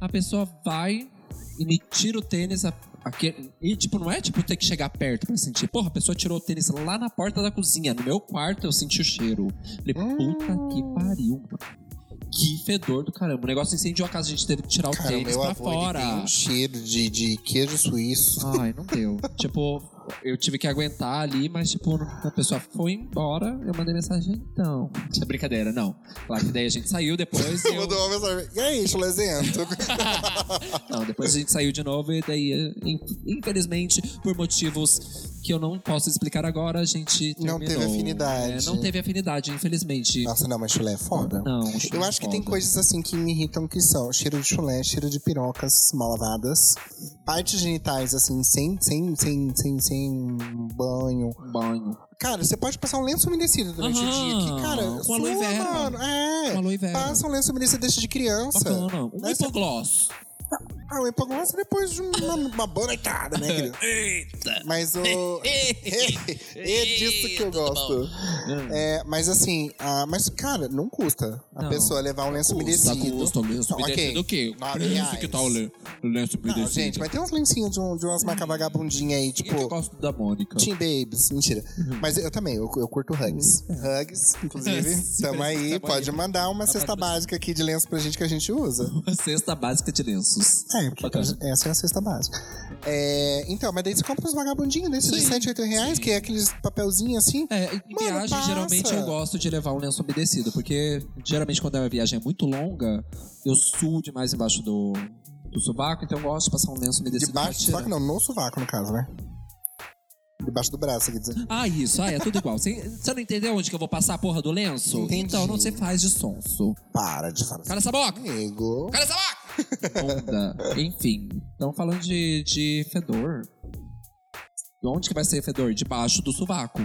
B: a pessoa vai e me tira o tênis. A, aquele- e tipo, não é tipo ter que chegar perto pra sentir. Porra, a pessoa tirou o tênis lá na porta da cozinha. No meu quarto eu senti o cheiro. Falei,
A: Ah.
B: puta que pariu, mano. Que fedor do caramba. O negócio incendiou a casa, a gente teve que tirar o
A: Cara,
B: tênis
A: meu
B: pra
A: avô, ele
B: fora.
A: tem um cheiro de, de queijo suíço.
B: Ai, não deu. *laughs* tipo, eu tive que aguentar ali, mas tipo, a pessoa foi embora, eu mandei mensagem, então. Isso é brincadeira, não. Claro que daí a gente saiu depois. e
A: *laughs* Você
B: eu...
A: mandou uma mensagem. E aí,
B: *laughs*
A: chulezento?
B: Não, depois a gente saiu de novo e daí, in- infelizmente, por motivos que eu não posso explicar agora, a gente
A: Não
B: terminou.
A: teve afinidade.
B: É, não teve afinidade, infelizmente.
A: Nossa, não, mas chulé é foda.
B: Não, é
A: Eu acho que tem
B: foda.
A: coisas assim que me irritam que são cheiro de chulé, cheiro de pirocas mal lavadas, partes genitais assim, sem, sem, sem, sem, sem banho.
B: Um banho.
A: Cara, você pode passar um lenço umedecido durante o
C: Aham,
A: dia. Que, cara,
B: Ah, com aloe
A: sua,
B: vera.
A: mano.
B: Um
A: É.
B: aloe vera.
A: Passa um lenço umedecido e deixa de criança.
B: Bacana. Um
A: Mas-
C: Hipogloss.
A: Ah, o empagulhança depois de uma, uma banaitada, né, querido?
B: *laughs*
A: Eita! Mas o. é disso que eu gosto. É, mas assim, ah, mas cara, não custa a
B: Não.
A: pessoa levar um lenço
C: Custa,
A: umedecido.
C: custa,
B: Tá,
C: lenço
A: Não, ok.
C: umedecido o quê?
A: Nove
C: Preço que
A: reais.
C: tá o le- o lenço umedecido.
A: Não, gente, mas tem uns lencinhos de, um, de umas marcas vagabundinhas aí,
C: Por que que eu
A: tipo.
C: gosto da Mônica?
A: Team Babes, mentira. Mas eu também, eu, eu curto hugs. Hugs, inclusive, tamo aí.
C: Tamo
A: Pode
C: aí.
A: mandar uma cesta básica aqui de lenço pra gente que a gente usa.
B: Uma cesta básica de lenços.
A: É, porque
B: Bacana.
A: essa é a cesta básica. É, então, mas daí você compra uns vagabundinhos desses de
C: Sim.
A: 7, 8 reais, que é aqueles papelzinhos assim.
B: É, em
A: Mano,
B: viagem,
A: passa.
B: geralmente eu gosto de levar um lenço umedecido, porque geralmente quando a viagem é muito longa, eu suo demais embaixo do, do sovaco, então eu gosto de passar um lenço umedecido. pra
A: Debaixo do
B: tirar.
A: sovaco, não, no sovaco, no caso, né? Debaixo do braço, quer dizer.
B: Ah, isso, ah, é tudo igual. Você você não entendeu onde que eu vou passar a porra do lenço?
A: Entendi.
B: Então não se faz de sonso.
A: Para de falar.
B: Cara essa boca!
A: Amigo.
B: Cara essa
A: *laughs*
B: boca! Onda. Enfim, então falando de, de fedor. De Onde que vai ser fedor? Debaixo do sovaco.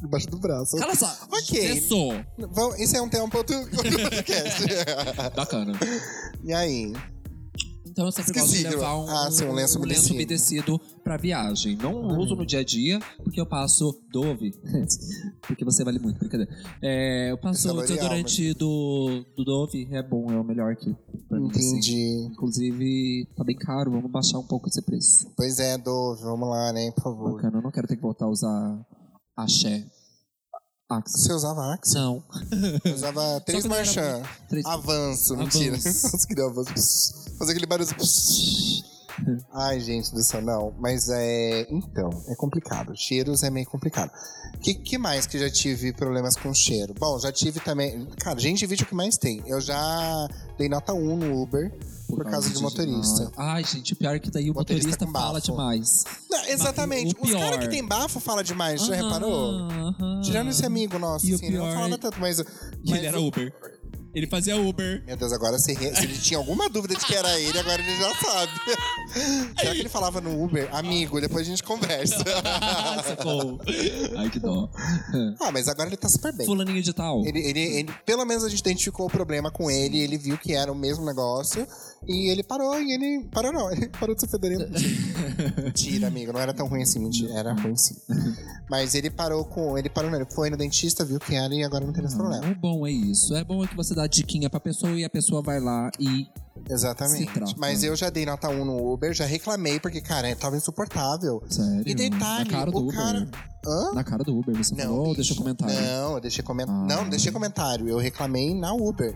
A: Debaixo do braço.
B: Cala essa.
A: Ok.
B: Cessou.
A: Vamos, isso é um tema pra outro outro *laughs* podcast.
B: Bacana.
A: e aí?
B: Então eu sempre
A: Esqueci,
B: gosto de levar um,
A: ah, sim, um lenço umedecido.
B: umedecido pra viagem. Não uso no dia a dia, porque eu passo Dove. *laughs* porque você vale muito, brincadeira. É, eu passo
A: Essa
B: o
A: vale
B: desodorante do, do Dove, é bom, é o melhor que pra mim, assim.
A: Entendi.
B: Inclusive, tá bem caro, vamos baixar um pouco esse preço.
A: Pois é, Dove, vamos lá, né, por favor.
B: Bacana, eu não quero ter que voltar a usar axé. Axe.
A: Você usava Axe?
B: Não.
A: Eu usava três
B: quando eu era
A: marchand.
B: Três-
A: Avanço,
B: Avanço.
A: mentira. *laughs* Nossa, queria avanço. Fazer aquele barulho. Ai, gente do céu, não. Mas é. Então, é complicado. Cheiros é meio complicado. O que, que mais que já tive problemas com cheiro? Bom, já tive também. Cara, gente, vídeo que mais tem. Eu já dei nota 1 no Uber por, causa, de motorista.
B: Ai, gente, o pior é que daí o
A: Motorista
B: motorista,
A: com
B: fala
A: bafo.
B: demais.
A: Não, exatamente.
B: o
A: Os caras
B: pior.
A: que tem bafo fala demais, já
B: Aham,
A: reparou?
B: aham.
A: Tirando esse amigo nosso,
B: E o
A: assim, ele não
B: pior
A: falava
B: é-
A: tanto, mas.
C: E
A: mas
C: ele era
A: o-
C: Uber. Ele fazia
B: *laughs*
C: Uber.
A: Meu Deus, agora se, re- se ele tinha alguma dúvida de que era ele, agora ele já sabe. *laughs* Será que ele falava no Uber? Amigo, depois a gente
B: *laughs*
A: conversa.
B: Sacou. Ai, que dó.
A: ah, mas agora ele tá super bem.
B: Fulaninho de tal.
A: Ele, ele, ele- pelo menos a gente identificou o problema com ele, ele viu que era o mesmo negócio e ele parou, e ele parou não, *laughs* ele parou de ser
B: *laughs*
A: fedorento. Mentira, amigo, não era tão ruim assim, mentira, era ruim
B: *laughs*
A: sim. Mas ele parou com, ele parou, não, ele foi no dentista, viu que era e agora não tem mais problema.
B: Ah, o bom é isso. É bom é que você dá diquinha pra pessoa e a pessoa vai lá e.
A: Exatamente.
B: Se né? trata.
A: Mas eu já dei nota 1 no Uber, já reclamei porque, cara, é, tava insuportável.
B: Sério.
A: E detalhe,
B: na cara do
A: o
B: Uber.
A: cara- Hã?
B: Na cara do Uber, você falou, "Oh, deixa
A: bicha.
B: eu comentar.
A: Não, eu deixei comen...
B: Ah.
A: não, não deixei comentário. Eu reclamei na Uber.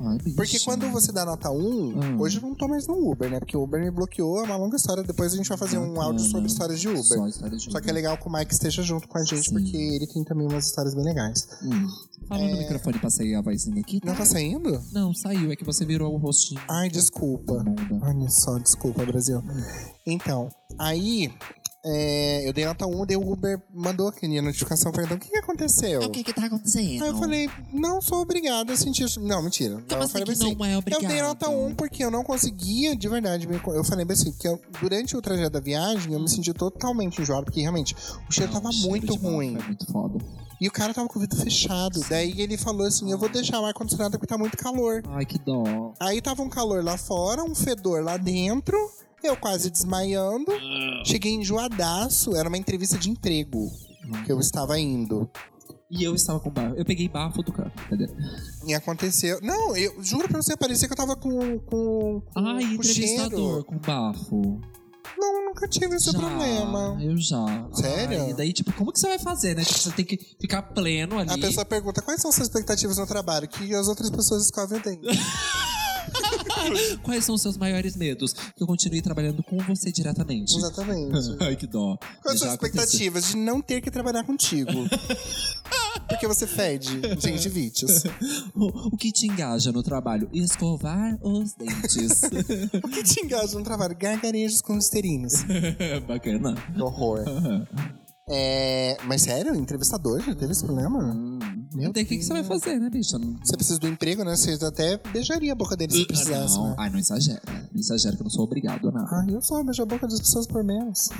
B: Ai, bicha.
A: Porque quando você dá nota 1,
B: Hum.
A: hoje eu não tô mais no Uber, né? Porque o Uber me bloqueou, é uma longa história. Depois a gente vai fazer um
B: Bacana.
A: áudio sobre histórias de Uber.
B: Ah, tá, né? Só,
A: Só,
B: história de
A: que é legal que o Mike esteja junto com a gente,
B: Sim.
A: porque ele tem também umas histórias bem legais.
B: Hum. Fala no microfone, passei a vozinha aqui.
A: É. Não tá Ah, saindo?
B: Não, saiu. É que você virou o rostinho. Tá
A: Ai, desculpa.
B: Bunda.
A: Olha só, desculpa, Brasil. Então, aí é, eu dei nota 1, dei o Uber, mandou aqui a notificação perguntando é o que, que
B: É
A: aconteceu.
C: O que que tá acontecendo?
A: Aí eu falei, não sou obrigada a sentir. Não, mentira. Não,
C: Como
A: eu
C: assim
A: falei
C: que não é
A: Eu dei nota
C: obrigado?
A: 1 porque eu não conseguia, de verdade. me co- Eu falei bem assim, que eu- durante o trajeto da viagem eu me senti totalmente enjoado, porque realmente o cheiro
B: Não,
A: tava
B: o cheiro
A: muito
B: de bafo
A: ruim.
B: É muito foda.
A: E o cara tava com o vidro fechado. Daí ele falou assim: eu vou deixar o ar-condicionado porque tá muito calor.
B: Ai, que dó.
A: Aí tava um calor lá fora, um fedor lá dentro, eu quase desmaiando.
B: Ah.
A: Cheguei enjoadaço, era uma entrevista de emprego que
B: Uhum.
A: eu estava indo.
B: E eu estava com bafo. Eu peguei bafo do cara. Cadê?
A: E aconteceu. Não, eu juro pra você, parecia que eu tava com. com, com
B: Ai,
A: com cheiro.
B: entrevistador com bafo.
A: Não, nunca tive esse é
B: Já,
A: problema.
B: Eu já.
A: Sério?
B: Ai, e daí, tipo, como que você vai fazer, né? Tipo, você tem que ficar pleno ali.
A: A pessoa pergunta quais são suas expectativas no trabalho, que as outras pessoas escovem o
B: *laughs*
A: dente.
B: Quais são os seus maiores medos? Que eu continue trabalhando com você diretamente.
A: Exatamente.
B: *laughs* Ai, que dó.
A: Quais são
B: Já
A: as
B: aconteceu.
A: expectativas de não ter que trabalhar
B: *laughs*
A: contigo? Porque você fede gengivites.
B: O, o que te engaja no trabalho? Escovar
A: *laughs*
B: os dentes.
A: O que te engaja no trabalho? Gargarejos com esterines.
B: Bacana.
A: Que horror. É, mas sério, entrevistador já teve esse problema?
B: Hum.
A: Meu
B: Daí, o que, que você vai fazer, né, bicha? Não...
A: Você precisa do emprego, né? Você até beijaria a boca dele se precisasse,
B: Ah, não.
A: né?
B: Ai, não exagera. Não exagera que eu não sou obrigado a nada.
A: Ah, eu só beijo a boca das pessoas por menos.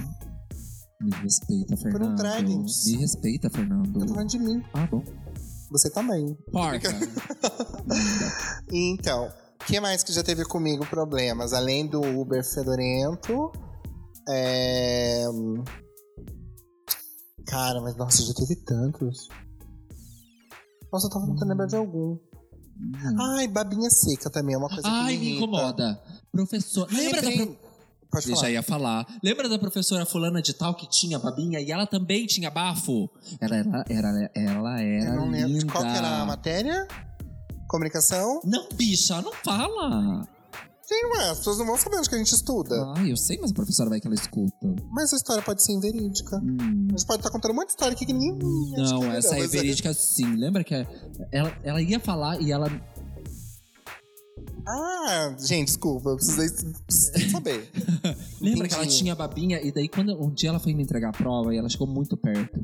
B: Me respeita,
A: um
B: Fernando.
A: Trident.
B: Me respeita,
A: Tá
B: Fernando.
A: falando de mim.
B: Ah, bom.
A: Você também.
B: Porca.
A: Então, que mais que já teve comigo problemas? Além do Uber fedorento. É... Cara, mas nossa, já teve tantos. Nossa, eu tava tentando lembrar de algum. Ai, babinha seca também é uma coisa
B: Hum. Ai,
A: que me
B: me
A: irrita.
B: incomoda. Professor. Lembra da.
A: Lembrei-
B: Pro...
A: Pode
B: Eu
A: falar.
B: já ia falar. Lembra da professora fulana de tal que tinha babinha e ela também tinha bafo? Ela era. era- ela era
A: Eu não
B: linda.
A: lembro. Qual que era a matéria? Comunicação?
B: Não, bicha, não fala.
A: Sim, ué, as pessoas não vão saber onde que a gente estuda.
B: Ah, eu sei, mas a professora vai que ela escuta.
A: Mas a história pode ser inverídica.
B: Hum.
A: A gente pode estar contando muita história aqui que ninguém. acho que
B: Não, essa
A: mas
B: é verídica sim. Lembra que ela, ela ia falar e ela.
A: Ah, gente, desculpa, eu precisei precisei saber.
B: Lembra que ela
A: Entendi.
B: tinha babinha e daí quando um dia ela foi me entregar a prova e ela chegou muito perto.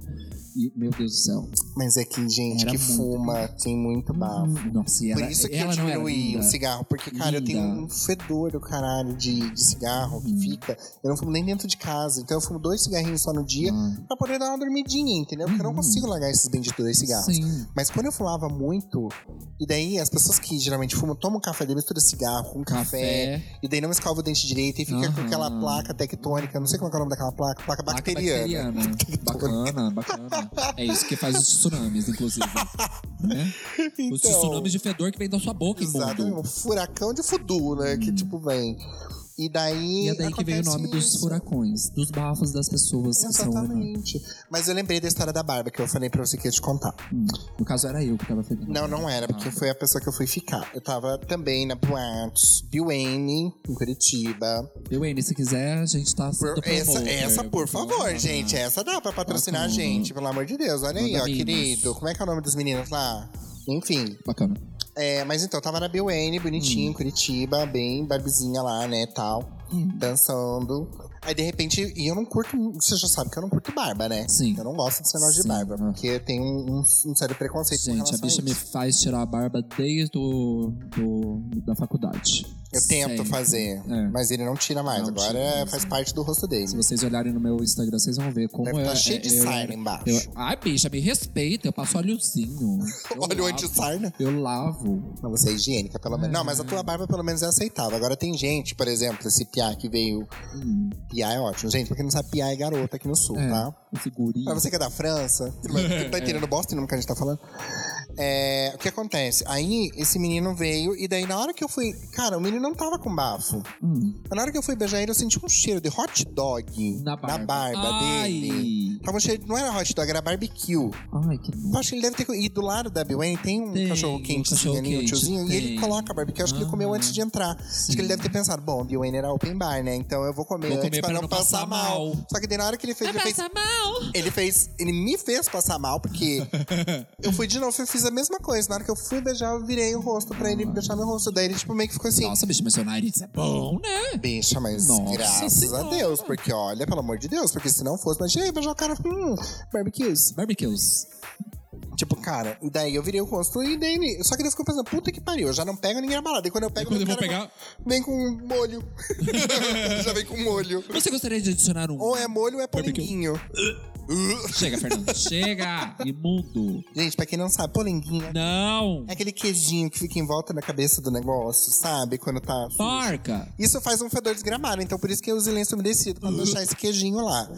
B: E, meu Deus do céu.
A: Mas é que, gente,
B: Era
A: que
B: muito
A: fuma tem muito bafo.
B: Hum, Nossa, e ela,
A: Por isso que eu
B: ela não era
A: diminuí
B: linda.
A: o cigarro, porque, cara, eu tenho
B: Linda. Uhum.
A: um fedor do caralho de, de cigarro que fica. Eu não fumo nem dentro de casa, então eu fumo dois cigarrinhos só no dia
B: Ah.
A: pra poder dar uma dormidinha, entendeu? Porque eu não
B: Uhum.
A: consigo largar esses benditos dois cigarros.
B: Sim.
A: Mas quando eu fumava muito, e daí as pessoas que geralmente fumam, tomam café, daí mistura cigarro com café,
B: Café,
A: e daí não escova o dente direito e fica com
B: Aham.
A: aquela placa tectônica, não sei como é, que é o nome daquela placa, placa
B: placa né?
A: bacteriana. *laughs* Então,
B: Bacana, bacana. É isso que faz os tsunamis, inclusive. Né? Os tsunamis de fedor que vem da sua boca,
A: então, Exato,
B: imundo.
A: um furacão de fudu, né? Que tipo vem. E daí.
B: Uhum. E é daí que veio o
A: acontece
B: nome dos
A: isso.
B: furacões, né? dos bafos das pessoas que são...
A: Exatamente. Mas eu lembrei da história da barba que eu falei pra você que ia te contar.
B: Hum, No caso, era eu que tava fedendo.
A: Não, não era,
B: Tá.
A: porque foi a pessoa que eu fui ficar. Eu tava também na Boates, Biuene, em Curitiba.
B: Eu, N, se quiser, a gente tá
A: Por-
B: sendo
A: essa,
B: promoter.
A: essa, por favor,
B: Ah,
A: gente. Essa dá pra patrocinar a
B: Bacana.
A: gente, pelo amor de Deus. Olha aí,
B: Manda
A: ó,
B: vinhos.
A: querido. Como é que é o nome dos meninos lá? Enfim.
B: Bacana.
A: É, mas então, tava na Biuene, bonitinha, em
B: Hum.
A: Curitiba, bem barbizinha lá, né, tal. Dançando. Aí, de repente, e eu não curto. Você já sabe que eu não curto barba, né?
B: Sim.
A: Eu não gosto desse negócio de
B: Sim,
A: barba,
B: aham.
A: porque tem um, um- um sério preconceito com
B: Gente, a
A: relação
B: bicha me
A: isso.
B: faz tirar a barba desde o, do- da faculdade.
A: Eu tento
B: Sempre.
A: fazer,
B: É.
A: mas ele não tira mais.
B: Não
A: Agora é,
B: tira mais,
A: faz parte do rosto dele.
B: Se vocês olharem no meu Instagram, vocês vão ver como
A: Deve
B: eu.
A: tá cheio de
B: eu-
A: sarna embaixo.
B: eu- ai, bicha, me respeita. Eu
A: *laughs*
B: passo óleozinho. Eu
A: Olha o
B: lavo,
A: anti-sarna.
B: Eu lavo.
A: Mas você é higiênica, pelo menos.
B: É.
A: Não, mas a tua barba pelo menos é aceitável. Agora tem gente, por exemplo, esse piá que veio.
B: Hum,
A: Piá é ótimo. Gente, pra quem não sabe, piá é garota aqui no sul,
B: É.
A: tá?
B: esse guri.
A: Pra você que é da França, que não vai- que tá entendendo bosta nenhuma que a gente tá falando. É, o que acontece? Aí esse menino veio, e daí na hora que eu fui. Cara, o menino não tava com bafo.
B: Hum,
A: Mas Na hora que eu fui beijar ele, eu senti um cheiro de hot dog
B: na barba. ai.
A: dele. Tava um cheiro, não era hot dog, era barbecue.
B: Ai, que
A: Eu
B: nojo.
A: acho que ele deve ter. co- E do lado da Biwen tem um
B: Tem,
A: cachorro quente,
B: um cachorro
A: ali, um
B: quente,
A: tiozinho, e ele
B: tem.
A: coloca barbecue. Eu acho que ele comeu
B: Ah,
A: antes de entrar. Acho que ele deve ter pensado: bom, a Biwen era open bar, né? Então eu vou comer
B: Vou
A: antes
B: comer
A: pra, não passar mal.
B: mal.
A: Só que daí na hora que ele fez, ele fez.
B: mal.
A: Ele fez. Ele me fez passar mal,
B: *laughs*
A: porque eu fui de novo, eu fiz a mesma coisa. Na hora que eu fui beijar, eu virei o rosto pra ele beijar meu rosto. Daí ele, tipo, meio que ficou assim.
B: Nossa, bicho, mas seu nariz é bom, né?
A: Bicha, mas
B: Nossa
A: graças a
B: Senhora.
A: Deus, porque olha, pelo amor de Deus, porque se não fosse, mas e aí, beijar o cara, hum, barbecues.
B: Barbecues.
A: Tipo, cara, e daí eu virei o rosto e daí. ele- Só que ele ficou pensando, puta que pariu, eu já não pego ninguém na balada. E quando eu pego,
D: Quando eu
A: meu
D: vou
A: cara
D: pegar.
A: *laughs* vem com um molho. *laughs* já vem com molho.
B: Você gostaria de adicionar um.
A: Ou é molho ou é
B: Barbecue.
A: polenguinho.
B: Chega, Fernando. Chega! Imundo.
A: Gente, pra quem não sabe, polenguinho
B: Não!
A: é aquele queijinho que fica em volta da cabeça do negócio, sabe? Quando tá.
B: Porca!
A: Isso faz um fedor desgramado, então por isso que eu usei lenço umedecido pra deixar esse queijinho lá.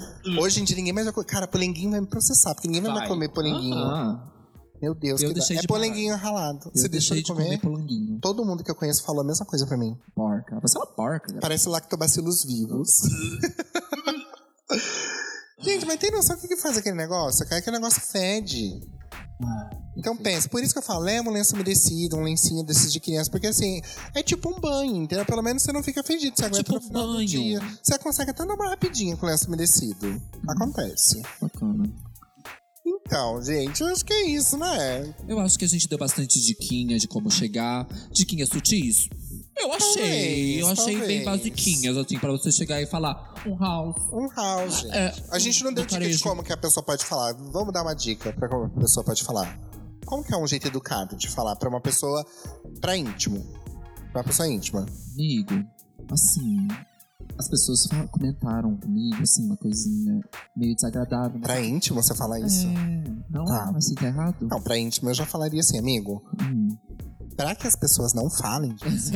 A: Hoje em dia ninguém mais vai. co- Cara, polenguinho vai me processar, porque ninguém vai, mais
B: Vai.
A: comer polenguinho.
B: Ah,
A: Meu Deus,
B: Eu
A: que dó.
B: deixei
A: É
B: de parar.
A: polenguinho ralado.
B: eu
A: Você deixou
B: deixei
A: de comer?
B: polanguinho.
A: Todo mundo que eu conheço falou a mesma coisa pra mim.
B: Porca. Você é uma porca, cara.
A: Parece lactobacilos vivos. *laughs* Gente, mas tem noção do que que faz aquele negócio? Cara, Aquele negócio fede. Então pensa, por isso que eu falo, leva um lenço umedecido, um lencinho desses de criança, porque assim, é tipo um banho, entendeu? Pelo menos você não fica fedido, você aguenta
B: tipo
A: no
B: um
A: final do
B: banho.
A: dia. Você consegue até dar uma rapidinha com lenço umedecido. Acontece.
B: Bacana.
A: Então, gente, eu acho que é isso, né?
B: Eu acho que a gente deu bastante diquinha de como chegar. Diquinhas sutis? Eu
A: Talvez,
B: achei. eu achei bem
A: talvez.
B: basiquinhas, assim, pra você chegar e falar um house.
A: Um house. gente.
B: É,
A: A gente não deu
B: do
A: dica de
B: varejo.
A: como que a pessoa pode falar. Vamos dar uma dica pra como a pessoa pode falar. Como que é um jeito educado de falar pra uma pessoa pra íntimo? Pra uma pessoa íntima.
B: Amigo, assim. As pessoas fa- comentaram comigo, assim, uma coisinha meio desagradável.
A: Pra íntimo você fala isso?
B: É, não,
A: Tá.
B: assim, tá errado?
A: Não, pra íntimo eu já falaria assim, amigo.
B: Hum.
A: pra que as pessoas não falem de você,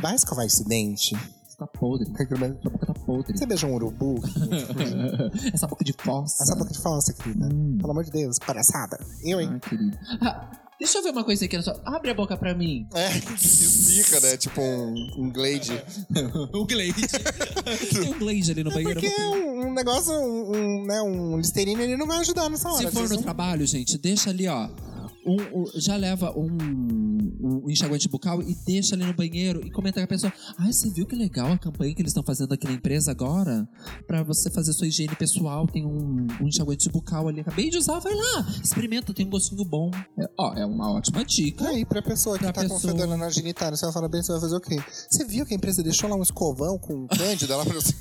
A: vai escovar esse dente. *laughs*
E: Você tá podre.
A: Recomendo-
E: Sua boca tá podre.
A: Você beija um urubu,
B: *laughs*
A: É
E: Essa boca de fossa.
A: essa boca de falsa, querida.
E: Hum.
A: Pelo amor de Deus, palhaçada. Eu, hein?
E: Ah, querido. Ah, deixa eu ver uma coisa aqui. olha só. Abre a boca pra mim.
A: É, *laughs* fica, né? Tipo um, um glade.
B: O *laughs* Glade.
E: Tem um glaze ali no banheiro.
A: Porque um, um negócio, um, um, né, um listerine, ele não vai ajudar nessa é hora.
B: Se for
A: Vocês
B: no
A: não-
B: trabalho, gente, deixa ali, ó. Um- um- já leva um, um enxaguante bucal e deixa ali no banheiro e comenta com a pessoa: Ai, você viu que legal a campanha que eles estão fazendo aqui na empresa agora? Pra você fazer sua higiene pessoal, tem um, um enxaguante bucal ali. Acabei de usar, vai lá, experimenta, tem um gostinho bom. É, ó, é uma ótima dica.
A: Aí, pra pessoa que
B: Pra
A: tá
B: pessoa.
A: com fedora na genitália, você vai falar bem, você vai fazer o quê? Você viu que a empresa deixou lá um escovão com um cândido? Ela
B: *laughs*
A: falou assim,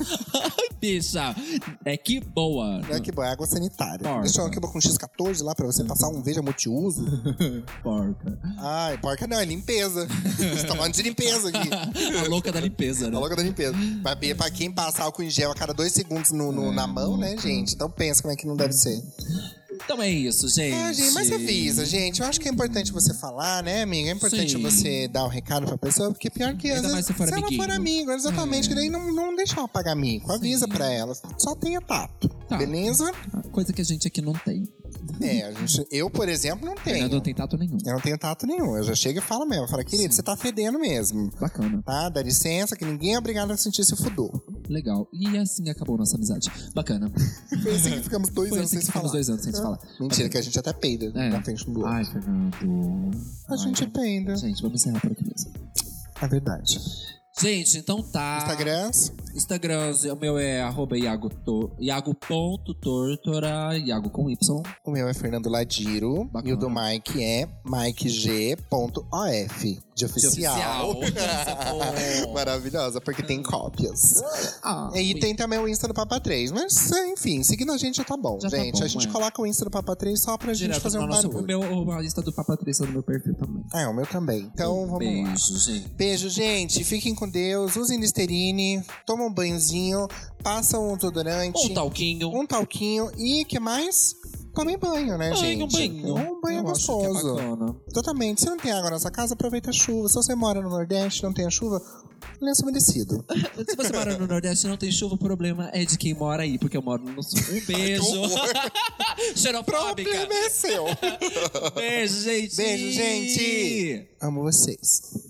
B: Bicha, é que boa.
A: não é que bom, é água sanitária.
B: Porca.
A: Deixou uma quebra com X14 lá pra você passar um veja multiuso.
B: Porca.
A: Ai, porca não, é limpeza. Você tá falando de limpeza
B: *laughs*
A: aqui.
B: A louca da limpeza,
A: Tá
B: né?
A: louca da limpeza. Mas bem, pra quem passa álcool em gel a cada dois segundos no, no- na mão, né, gente? Então pensa como é que não deve ser.
B: Então é isso, gente.
A: É, gente, mas avisa, gente. Eu acho que é importante você falar, né, amiga? É importante
B: Sim.
A: você dar o recado pra pessoa, porque pior que às
B: Ainda
A: vezes,
B: mais se for
A: ela for
B: amiguinho.
A: amigo, exatamente, que daí não, não deixa ela pagar mico. Avisa pra ela. Só tenha tato.
B: Tá.
A: Beleza?
B: Coisa que a gente aqui não tem.
A: É, a gente, eu, por exemplo, não tenho.
B: Eu não tem tato nenhum.
A: Eu não tenho tato nenhum. Eu já chego e falo mesmo. Eu falo, querido, você tá fedendo mesmo.
B: Bacana.
A: Tá? Dá licença, que ninguém é obrigado a sentir esse fudor.
B: Legal. E assim acabou nossa amizade. Bacana.
A: Foi assim que ficamos dois
B: Foi
A: anos
B: assim
A: sem
B: que
A: se
B: ficamos
A: falar.
B: dois anos sem se falar.
A: Mentira, que a gente até peida
B: É.
A: na frente do outro.
B: Ai, Fernando.
A: A gente é. peida.
B: Gente, vamos encerrar por aqui mesmo.
A: É verdade.
B: Gente, então tá.
A: Instagrams.
B: Instagram, o meu é arroba Iago Tor- iago.tortora, Iago com Y.
A: O meu é Fernando Ladiro.
B: Bacana.
A: E o do Mike é MikeG.of. De *laughs* oficial.
B: oficial. Nossa, bom. Hum.
A: Maravilhosa, porque tem cópias.
B: Ah,
A: E tem também o Insta do Papa 3. Mas, enfim, seguindo a gente já tá bom,
B: Já tá
A: gente.
B: bom,
A: a gente
B: é.
A: coloca o Insta do Papa 3 só pra gente
B: direto
A: fazer
B: pra
A: um
B: nossa- o
A: barulho.
B: meu, a lista do Papa Patrícia no meu perfil também.
A: É, o meu também. Então, vamos lá.
B: Um Beijo, gente.
A: Beijo, gente. Fiquem com Deus. Usem Listerine. Tomam um banhozinho. Passam um desodorante.
B: Um talquinho.
A: um talquinho e que mais? Tomem banho, né,
B: banho,
A: gente?
B: um banho.
A: Um banho
B: Eu acho que é
A: gostoso.
B: bacana.
A: Totalmente. Se não tem água na sua casa, aproveita a chuva. Se você mora no Nordeste e não tem a chuva, lenço umedecido.
B: Se você mora no Nordeste e não tem chuva, o problema é de quem mora aí, porque eu moro no Sul.
A: *laughs*
B: Um beijo. *laughs* Xenofóbica.
A: Problema é seu.
B: Beijo, gente.
A: Beijo, gente. Amo vocês.